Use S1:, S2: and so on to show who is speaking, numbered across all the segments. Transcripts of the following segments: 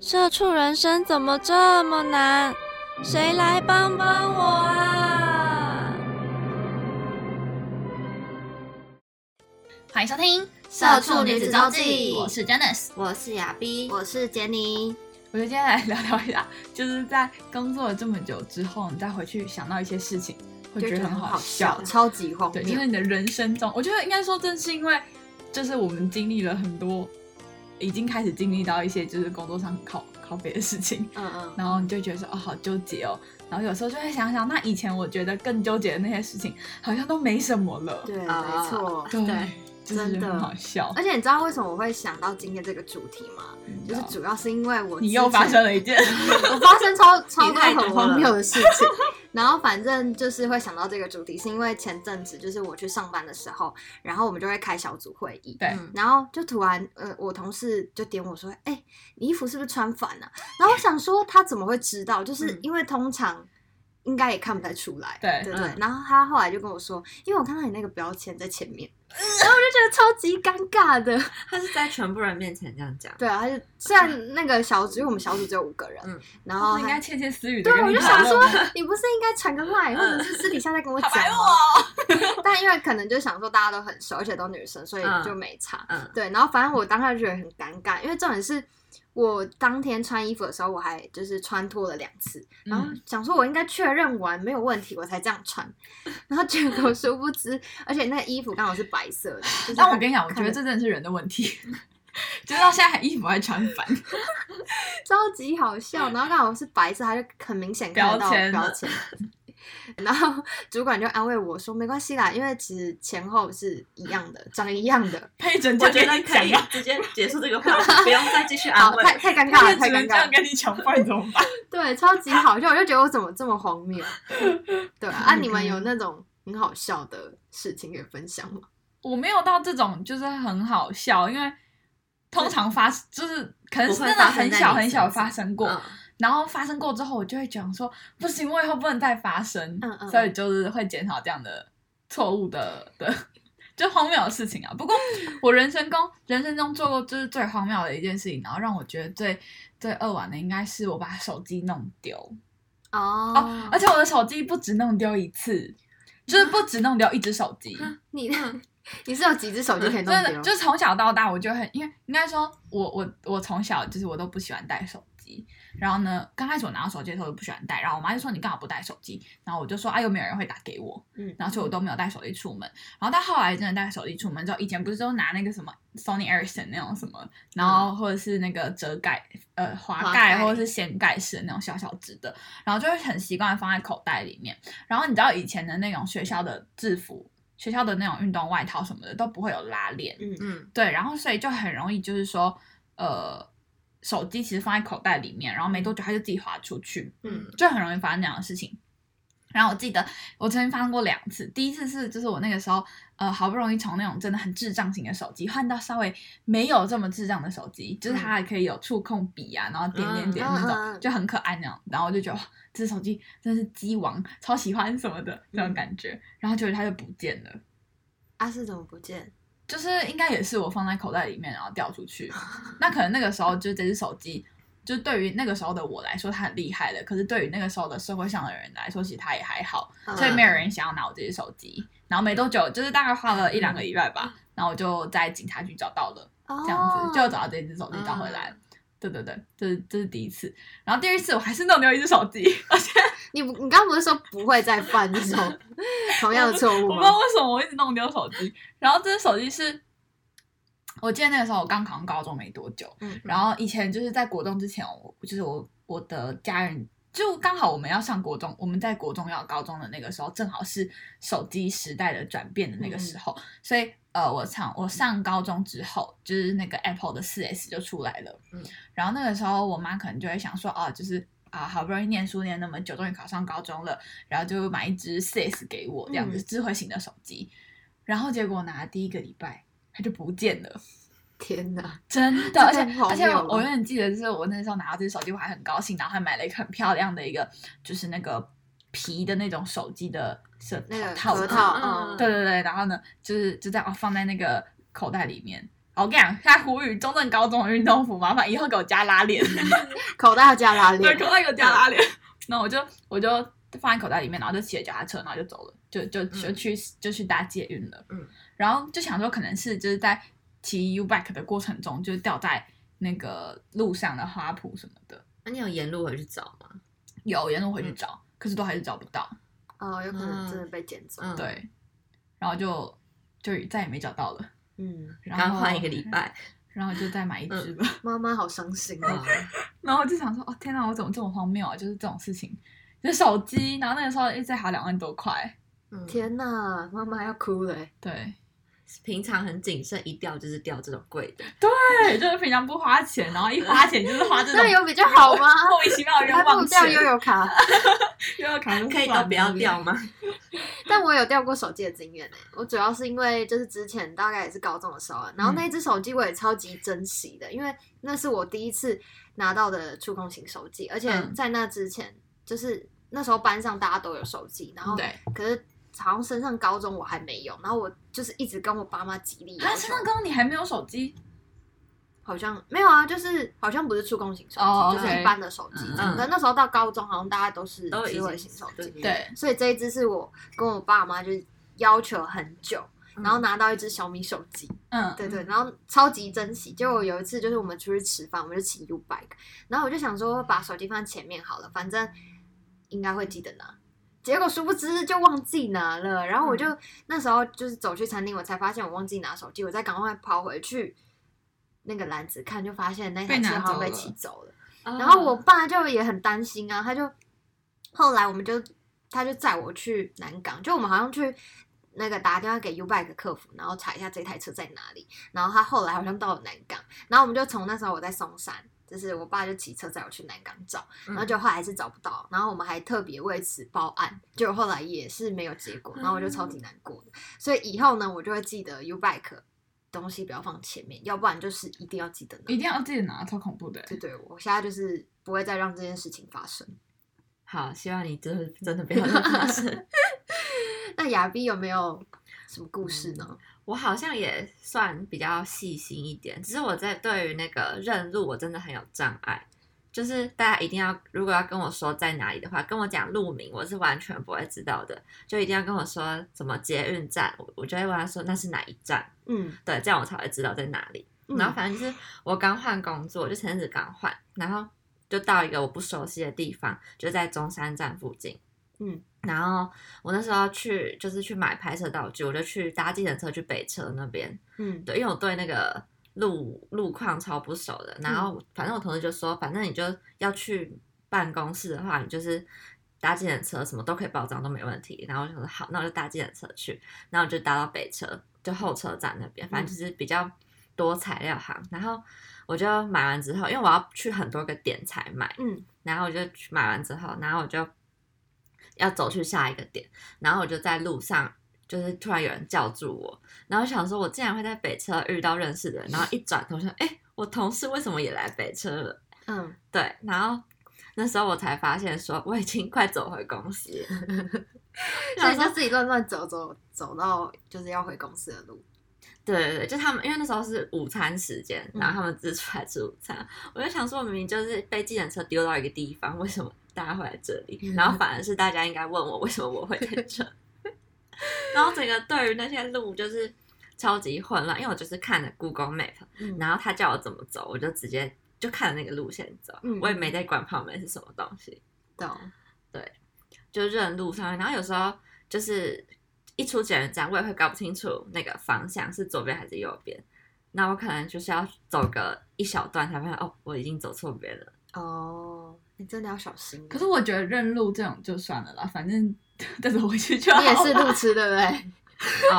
S1: 社畜人生怎么这么难？谁来帮帮我啊？
S2: 欢迎收听《
S3: 社畜女子周记
S2: 我是 Janice。
S3: 我是亚逼，我是杰尼。
S2: 我们今天来聊聊一下，就是在工作了这么久之后，你再回去想到一些事情，会觉得很好笑。
S3: 超级荒
S2: 对，就是
S3: 谬。
S2: 你的人生中，我觉得应该说，正是因为就是我们经历了很多，已经开始经历到一些就是工作上考考别的事情，
S3: 嗯嗯，
S2: 然后你就觉得说哦，好纠结哦。 然后有时候就会想想，那以前我觉得更纠结的那些事情，好像都没什么了。
S3: 对，
S4: 啊
S3: 没错。
S2: 对，
S4: 对
S2: 就是
S3: 真的
S2: 很好笑
S3: 而。且你知道为什么我会想到今天这个主题吗？
S2: 你知
S3: 就
S2: 道
S3: 是主要是因为我
S2: 你又发生了一件，
S3: 之 前，我发生超超
S4: 你
S3: 多
S4: 太多
S3: 很荒谬的事情。 然后反正就是会想到这个主题，是因为前阵子就是我去上班的时候，然后我们就会开小组会议，
S2: 对
S3: 然后就突然，呃，我同事就点我说：“哎、你衣服是不是穿反了、然后我想说他怎么会知道，就是
S4: 嗯
S3: 因为通常应该也看不太出来，
S2: 对
S3: 对对。
S4: 嗯
S3: 然后他后来就跟我说，因为我看到你那个标签在前面，然后我就觉得超级尴尬的。
S4: 他是在全部人面前这样讲，
S3: 对啊，他就虽然那个小组，因为我们小组只有五个人，
S4: 嗯
S3: 然后
S2: 应
S3: 他
S2: 该窃窃私语的。
S3: 对，我就想说，你不是应该传个 line，或者是私底下再跟
S2: 嗯
S3: 我讲吗？
S2: 哦
S3: 但因为可能就想说大家都很熟，而且都女生，所以
S4: 嗯
S3: 就没差。
S4: 嗯
S3: 对，然后反正我当下就觉得很尴尬，因为重点是我当天穿衣服的时候，我还就是穿脱了两次，然后
S2: 嗯
S3: 想说我应该确认完没有问题，我才这样穿。 然后结果殊不知，而且那个衣服刚好是白色的， 就是
S2: 但我
S3: 很
S2: 跟你讲，我觉
S3: 看
S2: 得这真的是人的问题， 就是到现在还衣服还穿反，
S3: 超级好笑。然后刚好是白色，他就很明显看得到
S2: 标签
S3: 标签。 然后主管就安慰我说：“没关系啦，因为其实前后是一样的，长一样的。
S2: 佩珍
S4: 我
S2: 就
S4: 觉
S2: 跟
S4: 得
S2: 你
S4: 可
S2: 讲
S4: 以
S2: 啊，
S4: 直接结束这个话 题，不用再继续安
S3: 好，
S4: 慰。
S3: 太太尴尬
S2: 他
S3: 了，
S2: 就
S3: 太
S2: 只
S3: 尴
S2: 能这
S3: 尬
S2: 样
S3: 了。
S2: 跟你讲，不然怎么办？
S3: 对，超级好笑，我就觉得我怎么这么荒谬？对啊，啊你
S2: 嗯
S3: 们有那种很好笑的事情可以分享吗？
S2: 我没有到这种就是很好笑，因为通常发就是可能是真的很小很小发生过，
S4: 嗯
S2: 然后发生过之后，我就会讲说不行，我以后不能再发生，
S3: 嗯嗯
S2: 所以就是会减少这样的错误的的 就荒谬的事情啊。不过我人生中人生中做过就是最荒谬的一件事情，然后让我觉得最最扼腕的应该是我把手机弄丢哦
S3: 哦，
S2: 而且我的手机不止弄丢一次，就是不止弄丢一只手机。
S3: 你 你是有几只手机可以弄
S2: 真的，
S3: 丢？
S2: 就是从小到大，我就很，因为应该说我，我我从小就是我都不喜欢带手机。然后呢，刚开始我拿到手机的时候，我不喜欢带，然后我妈就说你干嘛不带手机？然后我就说啊，又没有人会打给我，
S3: 嗯
S2: 然后所以我都没有带手机出门。然后到后来真的带手机出门之后，以前不是都拿那个什么 Sony Ericsson 那种什么，然后或者是那个折盖呃滑
S3: 滑
S2: 盖
S3: 盖
S2: 或者是掀盖式的那种小小只的，然后就会很习惯放在口袋里面。然后你知道以前的那种学校的制服。学校的那种运动外套什么的都不会有拉链，
S3: 嗯
S4: 嗯，
S2: 对，然后所以就很容易就是说，呃，手机其实放在口袋里面，然后没多久它就自己滑出去，
S3: 嗯，
S2: 就很容易发生这样的事情。然后我记得我曾经发生过两次，第一次是就是我那个时候，呃，好不容易从那种真的很智障型的手机换到稍微没有这么智障的手机，就是它还可以有触控笔啊，然后点点点那种，
S3: 嗯嗯嗯
S2: 就很可爱那种。然后我就觉得哇，这手机真是鸡王，超喜欢什么的那种感觉。然后结果它就不见了。
S3: 啊，是怎么不见？
S2: 就是应该也是我放在口袋里面，然后掉出去。那可能那个时候就是这只手机，就是对于那个时候的我来说，它很厉害了。可是对于那个时候的社会上的人来说，其实它也还好，
S3: 嗯
S2: 所以没有人想要拿我这只手机。然后没多久，就是大概花了一两个礼拜吧，然后我就在警察局找到了，
S3: 哦
S2: 这样子就找到这只手机找回来。对对对，这是这是第一次，然后第二次我还是弄丢一只手机，而且
S3: 你不你刚刚不是说不会再犯这种同样的错误
S2: 我不知道
S3: 吗？
S2: 为什么我一直弄丢手机。然后这只手机是，我记得那个时候我刚考上高中没多久，
S3: 嗯
S2: 然后以前就是在国中之前，我就是我我的家人就刚好我们要上国中，我们在国中要高中的那个时候，正好是手机时代的转变的那个
S3: 嗯
S2: 时候，所以呃，我上我上高中之后，就是那个 Apple 的四 S 就出来了，
S4: 嗯
S2: 然后那个时候我妈可能就会想说，哦，就是啊，好不容易念书念那么久，终于考上高中了，然后就买一只 CS 给我这样子、
S3: 嗯
S2: 智慧型的手机，然后结果拿第一个礼拜它就不见了。
S3: 天哪，
S2: 真的，而且
S3: 这太荒
S2: 而且
S3: 谬
S2: 我
S3: 了
S2: 我永远记得，就是我那时候拿到这只手机，我还很高兴，然后还买了一个很漂亮的一个，就是那个皮的那种手机的设
S3: 那个
S2: 套
S3: 核
S2: 子
S3: 桃，
S4: 嗯
S3: 嗯，
S2: 对对对，然后呢，就是就这样、哦、放在那个口袋里面。好我跟你讲，现在呼吁中正高中的运动服，麻烦以后给我加拉链，
S3: 口袋要加拉
S2: 对，
S3: 链
S2: 口，袋给我加
S4: 嗯
S2: 拉链。 那我就我就放在口袋里面，然后就骑着脚踏车，然后就走了，就就就去、就去搭捷运了。
S4: 嗯，
S2: 然后就想说，可能是就是在骑 U bike 的过程中，就是掉在那个路上的花圃什么的，
S4: 那你有沿路回去找吗？
S2: 有沿路回去找，可是都还是找不到。
S3: 哦，有可能
S4: 嗯
S3: 真的被捡走。
S4: 嗯，，
S2: 对，然后就就再也没找到了。
S3: 嗯，
S2: 然
S4: 刚
S2: 后
S4: 换一个礼， 拜，
S2: 然后就再买一只吧。
S3: 妈妈好伤心
S4: 哇
S2: 嗯
S3: 哦。
S2: 然后我就想说，哦天哪，我怎么这么荒谬啊？就是这种事情，就是手机，然后那个时候一只还两万多块，
S4: 嗯，
S3: 天哪，妈妈要哭了欸。
S2: 对
S4: 平常很谨慎，一掉就是掉这种贵的，
S2: 对，就是平常不花钱，然后一花钱就是花这种
S3: 那有比较好吗？
S2: 莫名其妙的
S3: 还
S2: 冤
S3: 不如
S2: 枉
S3: 掉
S2: 钱，
S3: 悠悠卡，
S2: 又要卡
S4: 可以都不要掉吗？
S3: 但我有掉过手机的经验呢、欸我主要是因为就是之前大概也是高中的时候啊，然后那一只手机我也超级珍惜的，因为那是我第一次拿到的触控型手机，而且
S2: 嗯
S3: 在那之前就是那时候班上大家都有手机，然后
S2: 对，
S3: 可是好像升上高中我还没有，然后我就是一直跟我爸妈极力要
S2: 啊，
S3: 求
S2: 升上高中你还没有手机
S3: 好像没有啊，就是好像不是触控型手机
S2: 哦
S3: 就是
S2: OK
S3: 一般的手机
S4: 嗯。
S3: 可、能那时候到高中，好像大家都是
S4: 都已
S3: 智
S4: 经
S3: 慧型手机，
S4: 对
S2: 对，
S3: 所以这一只是我跟我爸妈就是要求很久，
S4: 嗯
S3: 然后拿到一只小米手机，
S2: 嗯，
S3: 对对，然后超级珍惜。结果有一次就是我们出去吃饭，我们就骑 U bike，然后我就想说把手机放在前面好了，反正应该会记得拿。结果殊不知就忘记拿了，然
S2: 嗯
S3: 后我就、那时候就是走去餐厅，我才发现我忘记拿手机，我再赶快跑回去那个篮子看，就发现那台
S2: 被
S3: 车
S2: 拿
S3: 好像
S2: 走
S3: 被
S2: 了
S3: 骑走了。
S4: 然
S3: 然后我爸就也很担心啊，他就后来我们就他就载我去南港，就我们好像去那个打电话给 U Bike 客服，然后查一下这台车在哪里。然后他后来好像到了南港，然后我们就从那时候我在松山，就是我爸就骑车载我去南港找，
S2: 嗯
S3: 然后就后来是找不到，然后我们还特别为此报案，结果后来也是没有结果，然后我就超级难过的。所以以后呢，我就会记得 U Bike 东西不要放前面，要不然就是一定要记得拿。
S2: 一定要自己拿，超恐怖的。
S3: 对对，我现在就是不会再让这件事情发生。
S4: 好，希望你真真的不要再发生。
S3: 那亚比有没有什么故事呢？
S4: 我好像也算比较细心一点，只是我在对于那个认路我真的很有障碍，就是大家一定要如果要跟我说在哪里的话，跟我讲路名，我是完全不会知道的，就一定要跟我说什么捷运站，我我就会问他说那是哪一站，
S3: 嗯，
S4: 对，这样我才会知道在哪里。
S3: 嗯
S4: 然后反正就是我刚换工作，就前阵子刚换，然后就到一个我不熟悉的地方，就在中山站附近。
S3: 嗯，
S4: 然后我那时候去就是去买拍摄道具，我就去搭计程车去北车那边。
S3: 嗯
S4: 对，因为我对那个路路况超不熟的。然
S3: 嗯
S4: 后反正我同事就说，反正你就要去办公室的话，你就是。搭计程车什么都可以报账都没问题，然后我就说好，那我就搭计程车去，然后我就搭到北车，就后车站那边，
S3: 嗯
S4: 反正就是比较多材料行。然后我就买完之后，因为我要去很多个点才买，
S3: 嗯，
S4: 然后我就去买完之后，然后我就要走去下一个点，然后我就在路上，就是突然有人叫住我，然后我想说，我竟然会在北车遇到认识的人，然后一转头想，哎、 我同事为什么也来北车了？
S3: 嗯，
S4: 对，然后那时候我才发现说，我已经快走回公司了，
S3: 所以你就自己乱乱走走走到就是要回公司的路。
S4: 对对对，就他们，因为那时候是午餐时间，
S3: 嗯
S4: 然后他们自己出来吃午餐。我就想说，我明明就是被计程车丢到一个地方，为什么大家会来这里？然
S3: 嗯
S4: 后反而是大家应该问我，为什么我会在这？ 然后整个对于那些路就是超级混乱，因为我就是看了 Google Map，
S3: 嗯
S4: 然后他叫我怎么走，我就直接就看了那个路线走，
S3: 嗯
S4: 我也没在管旁边是什么东西。
S3: 懂，
S4: 就认路上面，然后有时候就是一出捷运站，我也会搞不清楚那个方向是左边还是右边，那我可能就是要走个一小段才发现哦，我已经走错边了。
S3: 哦，你真的要小心。欸
S2: 可是我觉得认路这种就算了啦，反正 再走回去就好
S3: 你
S2: 了。
S3: 也是路痴，对不 对？
S4: 哦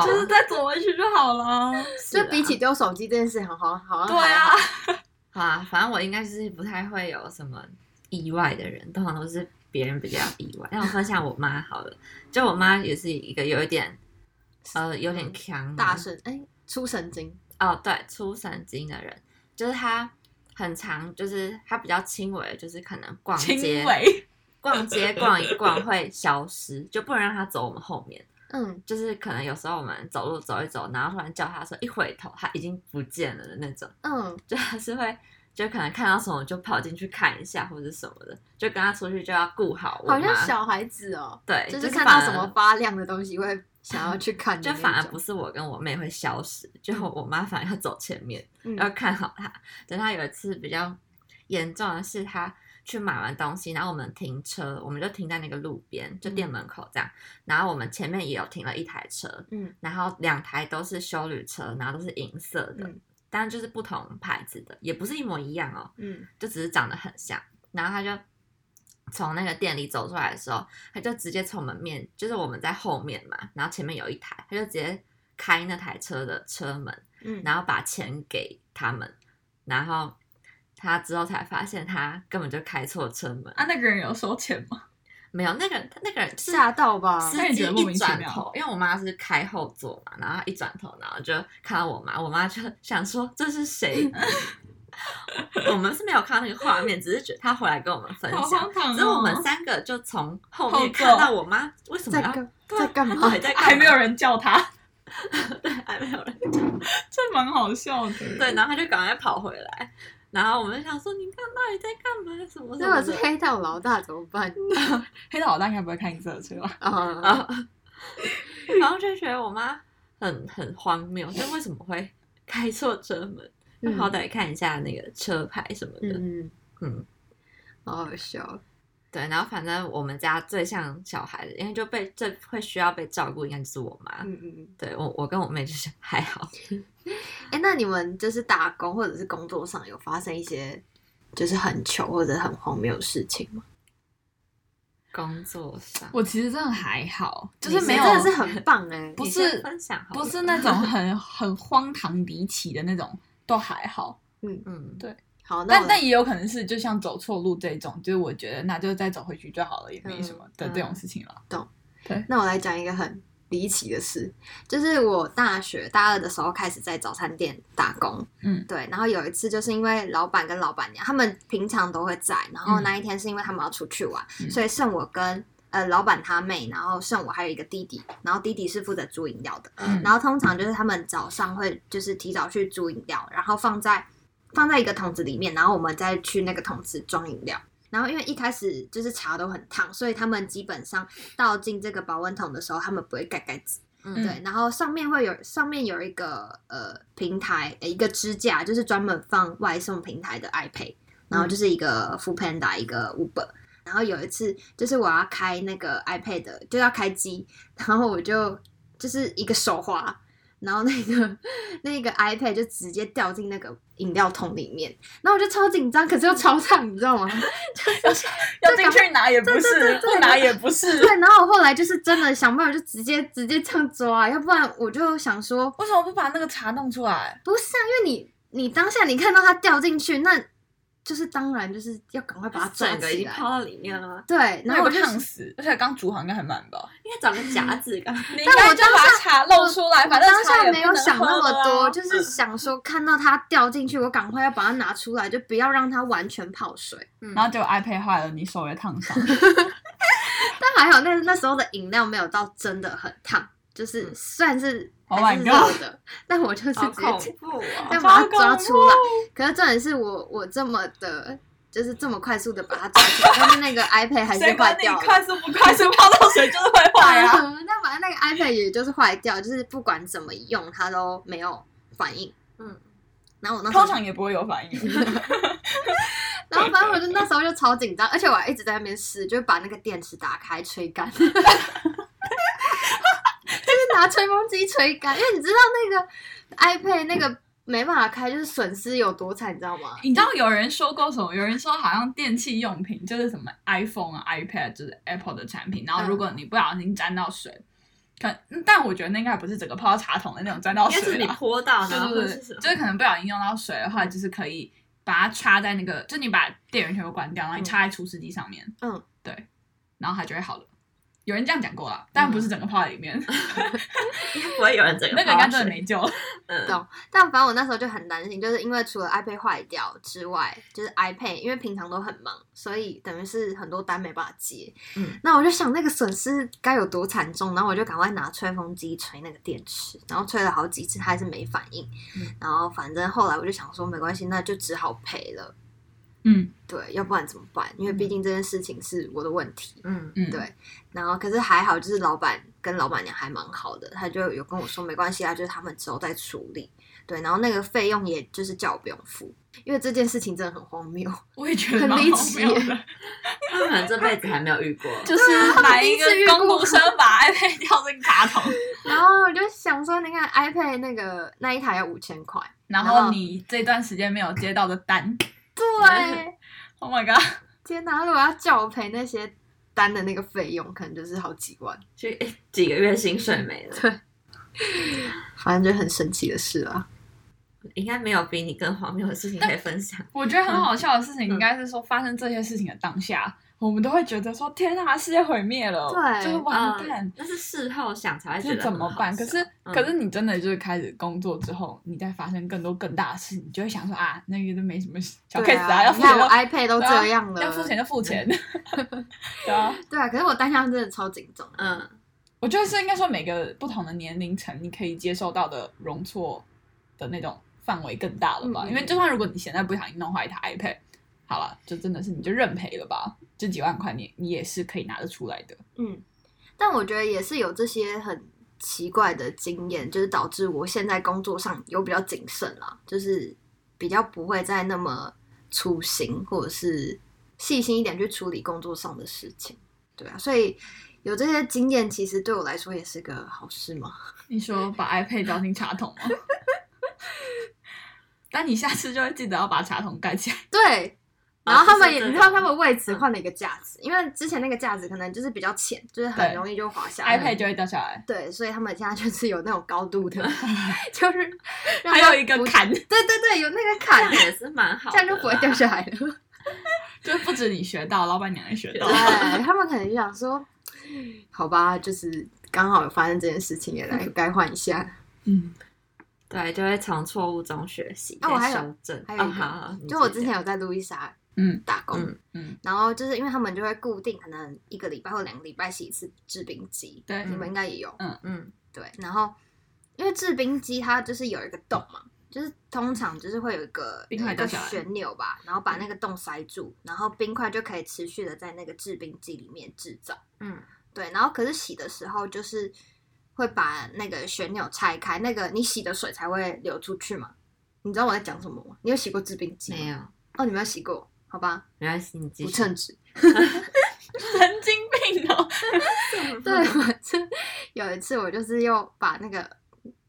S2: 就是再走回去就好了。
S3: 就比起
S4: 啊
S3: 丢哦手机这件事，好好好像
S2: 对啊
S3: 还好，
S4: 好啊，反正我应该就是不太会有什么意外的人，通常都是别人比较意外。那我分享我妈好了，就我妈也是一个有一点，呃，有点强
S3: 大神哎、出神经，
S4: 哦，对，出神经的人，就是他很常，就是他比较轻微，就是可能逛
S2: 轻
S4: 街
S2: 微，
S4: 逛街逛一逛会消失，就不能让他走我们后面。
S3: 嗯，
S4: 就是可能有时候我们走路走一走，然后突然叫他说一回头，他已经不见了的那种，
S3: 嗯，
S4: 就还是会就可能看到什么就跑进去看一下或者什么的，就跟他出去就要顾好我妈。
S3: 好像小孩子哦，
S4: 对，
S3: 就是是看到
S4: 反
S3: 什
S4: 而
S3: 么发亮的东西会想要去看的
S4: 就
S3: 那种，
S4: 反而不是我跟我妹会消失，就我妈反而要走前面，
S3: 嗯
S4: 要看好她。等她有一次比较严重的是，她去买完东西，然后我们停车，我们就停在那个路边，就店门口这样。然后我们前面也有停了一台车，
S3: 嗯，
S4: 然后两台都是修旅车，然后都是银色的，
S3: 嗯
S4: 当然就是不同牌子的，也不是一模一样哦，
S3: 嗯，
S4: 就只是长得很像。然后他就从那个店里走出来的时候，他就直接从我们面，就是我们在后面嘛，然后前面有一台，他就直接开那台车的车门，
S3: 嗯，
S4: 然后把钱给他们，然后他之后才发现他根本就开错车门，
S2: 啊，那个人有收钱吗？
S4: 没有那个那个人就是
S3: 吓到吧，
S4: 司
S2: 那你
S4: 机
S2: 觉得莫
S4: 一
S2: 名其
S4: 转
S2: 妙
S4: 头，因为我妈是开后座嘛，然后她一转头，然后就看到我妈，我妈就想说这是 谁？我们是没有看到那个画面，只是觉得她回来跟我们分
S2: 好
S4: 享。
S2: 荒唐
S4: 只是我们
S2: 哦！
S4: 三个就从后
S2: 后
S4: 面
S2: 座
S4: 看到我妈为什么
S3: 在
S4: 要
S3: 干
S4: 对
S2: 啊
S3: 在干嘛
S4: 到底在干嘛
S2: 还没有人叫他，
S4: 对还没有人
S2: 这蛮好笑的。
S4: 对，然后她就赶快跑回来，然后我们就想说你看到底在干嘛什么什
S3: 如
S4: 么
S3: 果是
S4: 的
S3: 黑道老大怎么 办
S2: 黑道老大应该不会开你这个车吧？
S3: 啊？
S4: 啊， 然后就觉得我妈很很荒谬，就为什么会 开错车门？就
S3: 嗯
S4: 好歹看一下那个车牌什么的，
S3: 嗯，
S4: 嗯，
S3: 好好
S2: 啊
S3: 笑，
S4: 对。然后反正我们家最像小孩的，因为就被最会需要被照顾，应该就是我妈。
S3: 嗯嗯，
S4: 对我，我跟我妹就是 还好。
S3: 哎、那你们就是打工或者是工作上有发生一些就是很糗或者很荒谬的事情吗？
S4: 工作上，
S2: 我其实真的还好，就
S3: 你
S2: 是没有，
S3: 真的是很棒哎、
S2: 不
S4: 你
S2: 是
S4: 先分享好了
S2: 不是那种很 很荒唐离奇的那种，都还好。
S4: 嗯，
S2: 对
S3: 好，那
S2: 但
S3: 我
S2: 但也有可能是，就像走错路这种，就是我觉得那就再走回去就好了，也没什么的
S3: 嗯
S2: 这种事情了。
S3: 那我来讲一个很离奇的事，就是我大学大二的时候开始在早餐店打工，
S2: 嗯
S3: 对，然后有一次就是因为老板跟老板娘他们平常都会在，然后
S2: 嗯
S3: 那一天是因为他们要出去玩，
S2: 嗯
S3: 所以剩我跟呃老板他妹，然后剩我还有一个弟弟，然后弟弟是负责煮饮料的，
S2: 嗯
S3: 然后通常就是他们早上会就是提早去煮饮料，然后放在放在一个桶子里面，然后我们再去那个桶子装饮料。然后因为一开始就是茶都很烫，所以他们基本上倒进这个保温桶的时候，他们不会盖盖子。
S4: 嗯
S3: 对，然后上面会有上面有一个呃平台，呃一个支架，就是专门放外送平台的 iPad，然后就是一个 f o o Panda，一个 Uber。然后有一次就是我要开那个 iPad 的，就要开机，然后我就就是一个手滑，然后那个那个 iPad 就直接掉进那个饮料桶里面，然后我就超紧张，可是又超烫，你知道吗？
S2: 要进去拿也不
S3: 对对
S2: 是，
S3: 对对
S2: 不拿也不是。
S3: 对，然后我后来就是真的想办法，就直接直接这样抓，要不然我就想说，
S2: 为什么不把那个茶弄出来？
S3: 不是啊，因为你你当下你看到它掉进去，那就是当然就是要赶快把它抓
S4: 整个已
S3: 起
S4: 经
S3: 来。
S4: 泡到里面了，
S3: 对，然
S2: 那
S3: 后
S2: 也
S3: 我
S2: 不
S3: 就
S2: 烫死，而且刚煮好应该还满吧。
S4: 应该找个夹
S2: 嗯
S4: 子 干嘛？
S2: 你应该就把茶露出来，
S3: 我
S2: 反正
S3: 当
S2: 茶
S3: 下
S2: 也
S3: 没
S2: 不
S3: 有
S2: 能
S3: 想那
S2: 喝
S3: 么
S2: 了啊
S3: 多，就是想说看到它掉进去，我赶快要把它拿出来，就不要让它完全泡水。
S4: 嗯
S2: 然后结果 iPad 坏了，你手也烫伤。
S3: 但还好那那时候的饮料没有到真的很烫，就是虽然是
S2: 嗯
S3: 还是
S2: Oh my
S3: 热
S2: god
S3: 的， 但我就是
S4: 好
S3: 直接
S4: 恐怖哦！
S3: 要把它
S2: 糟糕
S3: 抓出来。可是重点是我我这么的，就是这么快速的把它抓出来，但是那 个 iPad 还是
S2: 谁
S3: 坏
S2: 管你
S3: 掉了。
S2: 快速不快速，泡到水就是会坏啊。
S3: 嗯 但反正那个 iPad 也就是坏掉，就是不管怎么用它都没有反应。
S4: 嗯，
S3: 然后我那时
S2: 通
S3: 候，
S2: 常也不会有反应。
S3: 然后反正我就那时候就超紧张，而且我还一直在那边试，就是把那个电池打开吹干， 就是拿吹风机吹干，因为你知道那个 iPad 那个没办法开，就是损失有多惨，你知道吗？
S2: 你知道有人说过什么？有人说好像电器用品就是什么 iPhone 啊、iPad，就是 Apple 的产品。
S3: 嗯
S2: 然后如果你不小心沾到水，可嗯但我觉得那应该不是整个泡到茶桶的那种沾到
S4: 应该是
S2: 水
S4: 你
S2: 啊，
S4: 泼到，然
S2: 对
S4: 后或
S2: 对
S4: 者
S2: 对
S4: 是什，么
S2: 就是可能不小心用到水的话，就是可以。把它插在那个，就你把电源全部关掉，然后你
S3: 嗯
S2: 插在除湿机上面，
S3: 嗯，
S2: 对，然后它就会好了。有人这样讲过啦，但不是整个泡在里面，
S4: 应该不会有人整个
S2: 那个应该真的没救了。
S4: 嗯，
S3: 懂。但反正我那时候就很担心，就是因为除了 iPad 坏掉之外，就是 iPad 因为平常都很忙，所以等于是很多单没办法接。
S4: 嗯，
S3: 那我就想那个损失该有多惨重，然后我就赶快拿吹风机吹那个电池，然后吹了好几次，它还是没反应。
S4: 嗯
S3: 然后反正后来我就想说，没关系，那就只好赔了。
S2: 嗯
S3: 对，要不然怎么办？因为毕竟这件事情是我的问题。
S4: 嗯
S2: 嗯，
S3: 对，然后可是还好，就是老板跟老板娘还蛮好的，他就有跟我说没关系啊，就是他们之后再处理。对，然后那个费用也就是叫我不用付，因为这件事情真的很荒谬，
S2: 我也觉得
S3: 很
S2: 蛮
S3: 离
S2: 荒
S3: 奇
S2: 谬
S3: 耶
S2: 的，
S4: 他们可能这辈子还没有遇过，
S2: 就是来一个
S3: 第一次遇过
S2: 公路生把 iPad 掉进马桶，
S3: 然后我就想说，你看 iPad 那个那一台要五千块，
S2: 然
S3: 然后
S2: 后你这段时间没有接到的单
S3: 对，
S2: ，Oh my god！
S3: 天哪！如果要叫我赔那些单的那个费用，可能就是好几万，
S4: 就几个月薪水 没了，
S3: 反正就很神奇的事啊。
S4: 应该没有比你更荒谬的事情可以分享。
S2: 我觉得很好笑的事情应该是说，发生这些事情的当下，我们都会觉得说：“天啊，世界毁灭了！”
S3: 对
S2: 就是完蛋
S4: 嗯，那是事后想才会觉
S2: 这
S4: 得
S2: 怎么
S4: 很好
S2: 办？
S4: 笑
S2: 可是，
S4: 嗯
S2: 可是你真的就是开始工作之后，你再发生更多更大的事，你就会想说：“啊，那个都没什么小 case
S3: 对啊
S2: 要
S3: 你
S2: 付钱
S3: 看
S2: 就
S3: 我 iPad 都
S2: 对啊
S3: 这样了，
S2: 要付钱就 付钱。”对啊，
S3: 对啊，可是我当下真的超紧张，
S4: 嗯，
S2: 我觉得是应该说每个不同的年龄层，你可以接受到的容错的那种范围更大了吧？
S3: 嗯
S2: 因为就算如果你现在不小心弄坏一台 iPad，好了，就真的是你就认赔了吧？这几万块你你也是可以拿得出来的。
S3: 嗯，但我觉得也是有这些很奇怪的经验，就是导致我现在工作上有比较谨慎啦，就是比较不会再那么粗心，或者是细心一点去处理工作上的事情。对啊，所以有这些经验，其实对我来说也是个好事嘛。
S2: 你说把 iPad 倒进茶桶吗？ 但你下次就会记得要把茶桶盖起来。
S3: 对。
S4: 啊
S3: 然后他们
S4: 就是
S3: 也，
S4: 这
S3: 你知
S4: 种
S3: 道他们为此换了一个架子，因为之前那个架子可能就是比较浅，就是很
S2: 对
S3: 容易就滑下来。
S2: iPad 就会掉下来。
S3: 对，所以他们现在就是有那种高度 的，就是让
S2: 还
S3: 它
S2: 有一个
S3: 啊不
S2: 坎，
S3: 对对对，有那个
S4: 这
S3: 坎
S4: 样，也是蛮好
S3: 这
S4: 的啦，
S3: 样就不会掉下来 了。
S2: 就是不止你学到，老板娘也学到。
S3: 对，他们可能就想说，好吧，就是刚好有发生这件事情，也 来该换一下。
S2: 嗯，
S4: 对，就会从错误中学习，
S3: 啊我还有
S4: 再修正。
S3: 还有一
S4: 啊
S3: 个
S4: 好好你
S3: 就我之
S4: 自己
S3: 前
S4: 讲
S3: 有在路易莎
S2: 嗯
S3: 打工，
S4: 嗯
S2: 嗯，
S3: 然后就是因为他们就会固定可能一个礼拜或两个礼拜洗一次制冰机，
S2: 对
S3: 你们应该也有。
S4: 嗯
S3: 对，然后因为制冰机它就是有一个洞嘛，就是通常就是会有一个
S2: 冰块
S3: 有一个
S2: 掉下来
S3: 旋钮吧，然后把那个洞塞住，然后冰块就可以持续的在那个制冰机里面制造。
S4: 嗯
S3: 对，然后可是洗的时候就是会把那个旋钮拆开，那个你洗的水才会流出去嘛。你知道我在讲什么吗？你有洗过制冰机？
S4: 没。有，
S3: 哦，你没有洗过，好吧，
S4: 没关系，你继
S3: 不
S4: 续。
S3: 称职。
S2: 神经病哦。
S3: 对，我是有一次我就是又把那个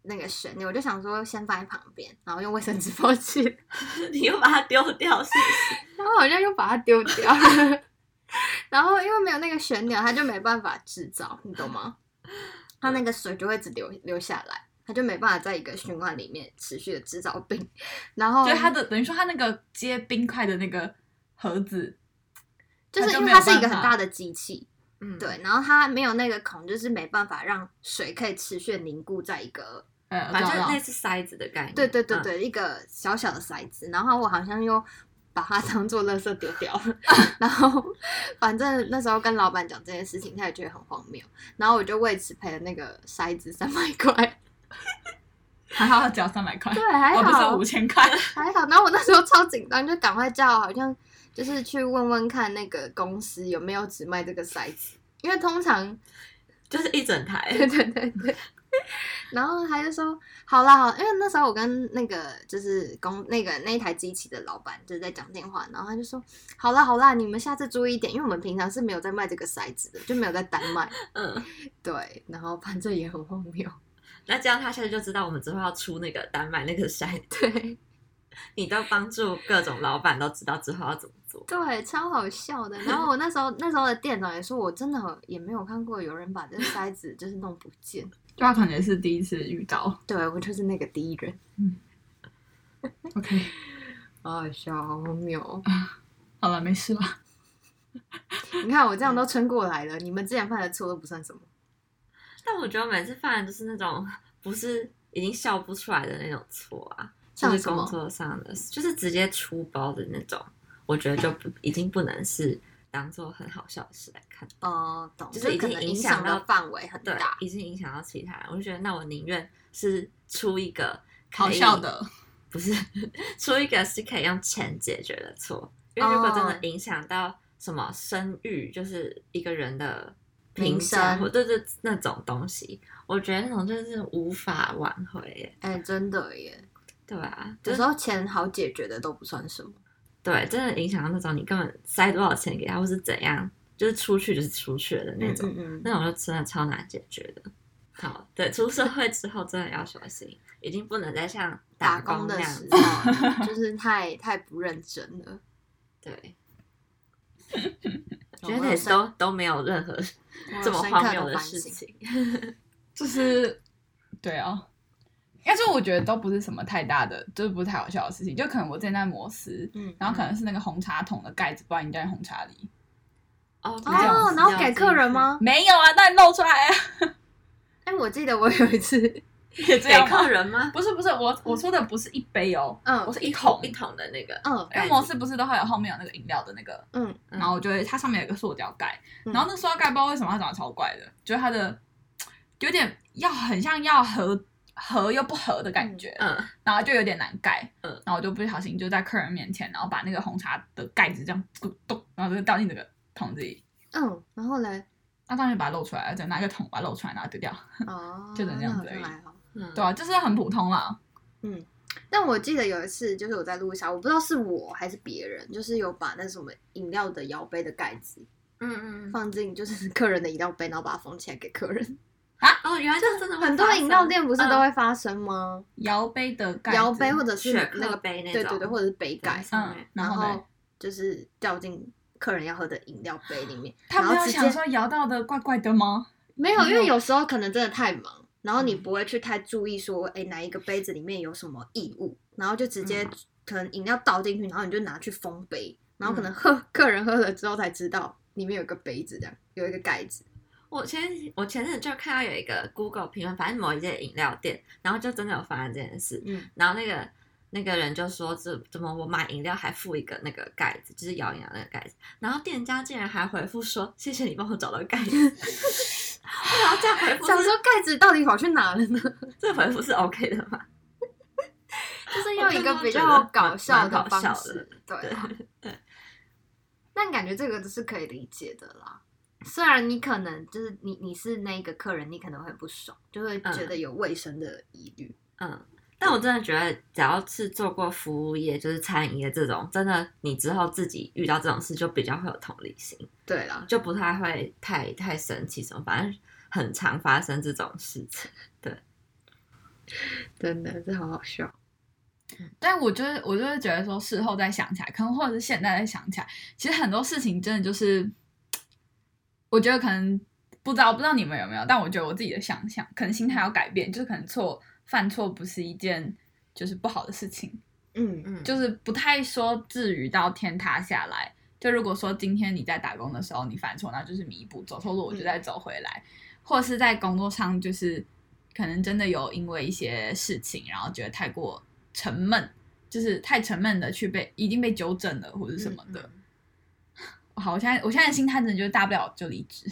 S3: 那个旋钮，我就想说先放在旁边，然后用卫生纸 包起来，
S4: 你又把它丢掉， 是不是？
S3: 然后好像又把它丢掉。 然后因为没有那个旋钮，它就没办法制造，你懂 吗？它那个水就会一直流流下来，它就没办法在一个循环里面持续的制造冰。然后
S2: 就它的等于说它那个接冰块的那个盒子，
S3: 就是
S2: 它就
S3: 因为
S2: 没
S3: 它
S2: 有
S3: 是一个
S2: 办
S3: 很
S2: 法
S3: 大的机器，
S4: 嗯，
S3: 对，然后它没有那个孔，就是没办法让水可以持续地凝固在一个
S2: 呃，
S4: 反正
S2: 我知道
S4: 类似塞子的概念。
S3: 对对对
S4: 嗯，
S3: 对，一个小小的塞子，然后我好像又把它当做垃圾丢掉 了，然后反正那时候跟老板讲这件事情，他也觉得很荒谬，然后我就为此赔了那个塞子三百块，
S2: 还好要交三百块，
S3: 对，啊还
S2: 哦，不
S3: 好
S2: 是五千块，
S3: 还好，然后我那时候超紧张，就赶快叫好像就是去问问看那个公司有没有只卖这个塞子，因为通常
S4: 就是一整台。
S3: 对对对对。 然后他就说：“好啦，好，因为那时候我跟那个就是公那个那一台机器的老板就是在讲电话，然后他就说：好啦，好啦，你们下次注意一点，因为我们平常是没有在卖这个塞子的，就没有在单卖。
S4: 嗯，
S3: 对，然后反正也很荒谬。
S4: 那这样他现在就知道我们之后要出那个丹麦那个 塞子，
S3: 对
S4: 你都帮助各种老板都知道之后要怎么做。
S3: 对，超好笑的。然后我那时候那时候的店长也说，我真的也没有看过有人把这个塞子就是弄不见。
S2: 就他可能也是第一次遇到。
S3: 对我就是那个第一人。
S2: OK，
S3: 啊，小妙！
S2: 好了，没事了。
S3: 你看我这样都撑过来了，你们之前犯的错都不算什么。
S4: 但我觉得每次犯的都是那种不是已经笑不出来的那种错啊，就
S3: 像
S4: 是
S3: 什么
S4: 工作上的，就是直接出包的那种，我觉得就不已经不能是当做很好笑的事来看，
S3: 哦，懂，
S4: 就
S3: 就是
S4: 已
S3: 可
S4: 经
S3: 能
S4: 影
S3: 影
S4: 响
S3: 响
S4: 到
S3: 的范围很
S4: 对
S3: 大，。
S4: 已经影响到其他人，我就觉得那我宁愿是出一个可以
S2: 好笑的，
S4: 不是出一个是可以用钱解决的错，因为如果真
S3: 哦
S4: 的影响到什么声誉，就是一个人的评
S3: 名
S4: 价
S3: 声
S4: 或对对那种东西，我觉得那种就是无法挽回耶，
S3: 哎、真的耶，
S4: 对啊，就
S3: 有时
S4: 是
S3: 候钱好解决的都不算什么。
S4: 对，真的影响到那种你根本塞多少钱给他，或是怎样，就是出去就是出去了的那种，
S3: 嗯
S4: 那种就真的超难解决的。好，对，出社会之后真的要小心，已经不能再像
S3: 打
S4: 工
S3: 工
S4: 那
S3: 的
S4: 样
S3: 时
S4: 子，
S3: 候就是太太不认真了。
S4: 对，
S3: 我
S4: 觉
S3: 有
S4: 得也
S3: 深
S4: 都都没有任何
S3: 我有
S4: 这么
S3: 深
S4: 荒
S3: 刻
S4: 谬
S3: 地
S4: 的
S3: 反
S4: 事
S3: 省
S4: 情。
S2: 就是对啊。但是我觉得都不是什么太大的，就是不是太好笑的事情。就可能我之前在摩斯，
S3: 嗯
S2: 然后可能是那个红茶桶的盖子不小心掉进红茶里，
S4: 哦，
S2: 这样
S3: 哦，
S2: 子
S3: 然后给客人？吗？
S2: 没有啊，但露出来啊，
S3: 哎、我记得我有一次，
S2: 也这
S4: 给
S2: 样吗
S4: 客人吗？
S2: 不是不是，我我说的不是一杯哦，
S3: 嗯
S2: 我是
S4: 一
S2: 桶
S4: 桶一桶的那个，
S3: 嗯
S2: 因为摩斯不是都会有后面有那个饮料的那个，
S3: 嗯，
S4: 嗯
S2: 然后我就会它上面有一个塑胶盖，
S3: 嗯
S2: 然后那塑胶盖不知道为什么它长得超怪的，就是它的有点要很像要合合又不合的感觉，
S4: 嗯，
S2: 然后就有点难盖，
S4: 嗯
S2: 然后我就不小心就在客人面前，然后把那个红茶的盖子这样咚咚，然后就掉进那个桶子里，
S3: 嗯，然后嘞，
S2: 那当然就把它露出来，再拿一个桶把它露出来，然后丢掉，
S3: 哦，
S2: 就能这
S3: 那
S2: 样
S3: 好
S2: 子而
S3: 像
S2: 已
S3: 还好。
S4: 嗯
S2: 对啊，就是很普通啦，
S3: 但我记得有一次，就是我在路上，我不知道是我还是别人，就是有把那什么饮料的摇杯的盖子
S4: 嗯嗯嗯。
S3: 放进就是 客人的饮料杯，然后把它封起来给客人。
S4: 哦，原来这真的会
S3: 很多
S4: 发
S3: 饮料
S4: 生嗯
S3: 店不是都会发生吗？
S2: 摇杯的盖子，
S3: 摇杯或者是
S4: 雪
S3: 那
S4: 克
S3: 个
S4: 杯那
S3: 对对
S4: 种
S3: 对，或者是杯盖，
S2: 嗯
S4: 嗯，，
S2: 然后呢？
S3: 就是掉进客人要喝的饮料杯里面，
S2: 他
S3: 然
S2: 没
S3: 后
S2: 有
S3: 直
S2: 想
S3: 接
S2: 说摇到的怪怪的吗？
S3: 没有，因
S2: 没有
S3: 为有时候可能真的太忙，然后你不会去太注意说，哎、哪一个杯子里面有什么异物，然后就直接
S4: 嗯
S3: 可能饮料倒进去，然后你就拿去封杯，然后可能喝、客人喝了之后才知道里面有个杯子这样，有一个盖子，
S4: 我前我前阵子就看到有一个 Google 评论，反正某一间饮料店，然后就真的有发生这件事，
S3: 嗯，
S4: 然后那个那个人就说怎怎么我买饮料还附一个那个盖子，就是摇饮料那个盖子，然后店家竟然还回复说谢谢你帮我找到盖子， 然后这样回复
S3: 想
S4: 是
S3: 说盖子到底跑去哪了呢？
S4: 这回复是 OK 的吗？
S3: 就是
S4: 我
S3: 用一
S4: 看
S3: 个
S4: 到
S3: 比
S4: 觉
S3: 较
S4: 得
S3: 搞
S4: 蛮
S3: 笑
S4: 蛮
S3: 的
S4: 搞
S3: 方
S4: 笑
S3: 式
S4: 的，
S3: 对
S4: 对
S3: 啊，但感觉这个是可以理解的啦。虽然你可能就是你你是那个客人，你可能会很不爽，就会觉得有卫生的疑虑。
S4: 嗯，但我真的觉得，只要是做过服务业，就是餐饮业这种，真的你之后自己遇到这种事，就比较会有同理心，
S3: 对啦，
S4: 就不太会太太生气什么，反正很常发生这种事情。
S3: 真的这好好笑。
S2: 但我就是我就是觉得说，事后再想起来，可能或者是现在再想起来，其实很多事情真的就是，我觉得可能不知道不知道你们有没有，但我觉得我自己的想象，可能心态要改变，就是可能错犯错不是一件就是不好的事情，
S3: 嗯，
S4: 嗯，
S2: 就是不太说至于到天塌下来。就如果说今天你在打工的时候你犯错，那就是弥补，走错路我就再走回来，或者是在工作上就是可能真的有因为一些事情，然后觉得太过沉闷，就是太沉闷的去被已经被纠正了或者什么的。好，我现在我现在的心态真的就是大不了就离职，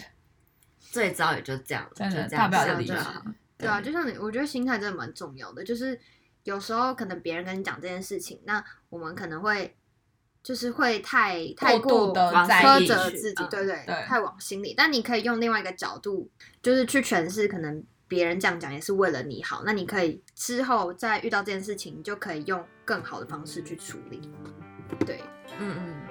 S4: 最早也就这样了，
S2: 真的
S4: 就这
S2: 大
S4: 样
S2: 不了
S3: 就
S4: 想
S3: 离
S4: 就
S3: 职
S4: 好。
S3: 对啊，就像你，我觉得心态真的蛮重要的。就是有时候可能别人跟你讲这件事情，那我们可能会就是会太太
S2: 过度的
S4: 往
S2: 在
S3: 苛
S2: 意
S4: 着
S3: 责
S4: 去
S3: 自己，
S4: 嗯
S3: 对对，
S2: 对
S3: 太往心里。但你可以用另外一个角度，就是去诠释，可能别人这样讲也是为了你好。那你可以之后再遇到这件事情，你就可以用更好的方式去处理。对，
S4: 嗯
S2: 嗯
S4: 嗯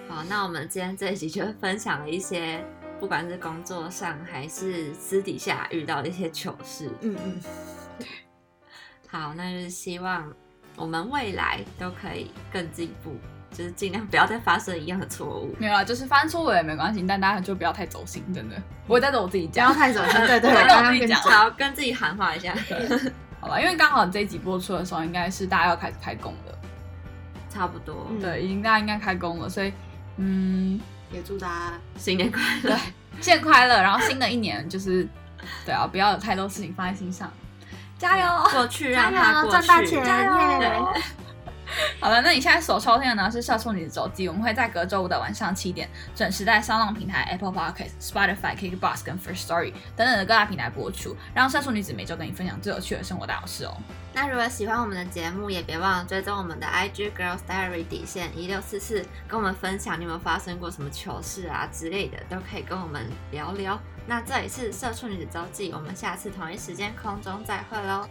S4: 嗯。好，那我们今天这一集就分享了一些，不管是工作上还是私底下遇到的一些糗事。
S3: 嗯嗯，
S4: 好，那就是希望我们未来都可以更进步，就是尽量不要再发生一样的错误。
S2: 没有啦，就是犯错我也没关系，但大家就不要太走心，真的。我也在跟我自己
S3: 不要
S2: 讲，
S3: 太走心。对 对，
S2: 我
S3: 对
S2: 跟
S3: 大
S2: 我
S3: 家
S2: 自己
S3: 跟你
S2: 讲
S3: 讲
S4: 好，跟自己喊话一下。
S2: 好吧，因为刚好这一集播出的时候，应该是大家要开始开工了，
S4: 差不多。
S3: 嗯
S2: 对，已经大家应该开工了，所以嗯，
S3: 也祝大家
S4: 新年快乐！
S2: 新年快乐，然后新的一年就是对啊，不要有太多事情放在心上，加油！
S4: 过去让它
S3: 加油
S4: 过
S3: 赚
S4: 去，
S3: 大钱
S2: 加油
S3: 耶！
S2: 好了，那你现在所收听的呢是《社畜女子周记》，我们会在隔周五的晚上七点准时在商浪平台、Apple Podcast、Spotify、KKBox 跟 First Story 等等的各大平台播出，让社畜女子每周跟你分享最有趣的生活大小事哦。
S4: 那如果喜欢我们的节目，也别忘了追踪我们的 IG Girls Diary 底线一六四四，跟我们分享你有没有发生过什么糗事啊之类的，都可以跟我们聊聊。那这里是社畜女子周记，我们下次同一时间空中再会喽，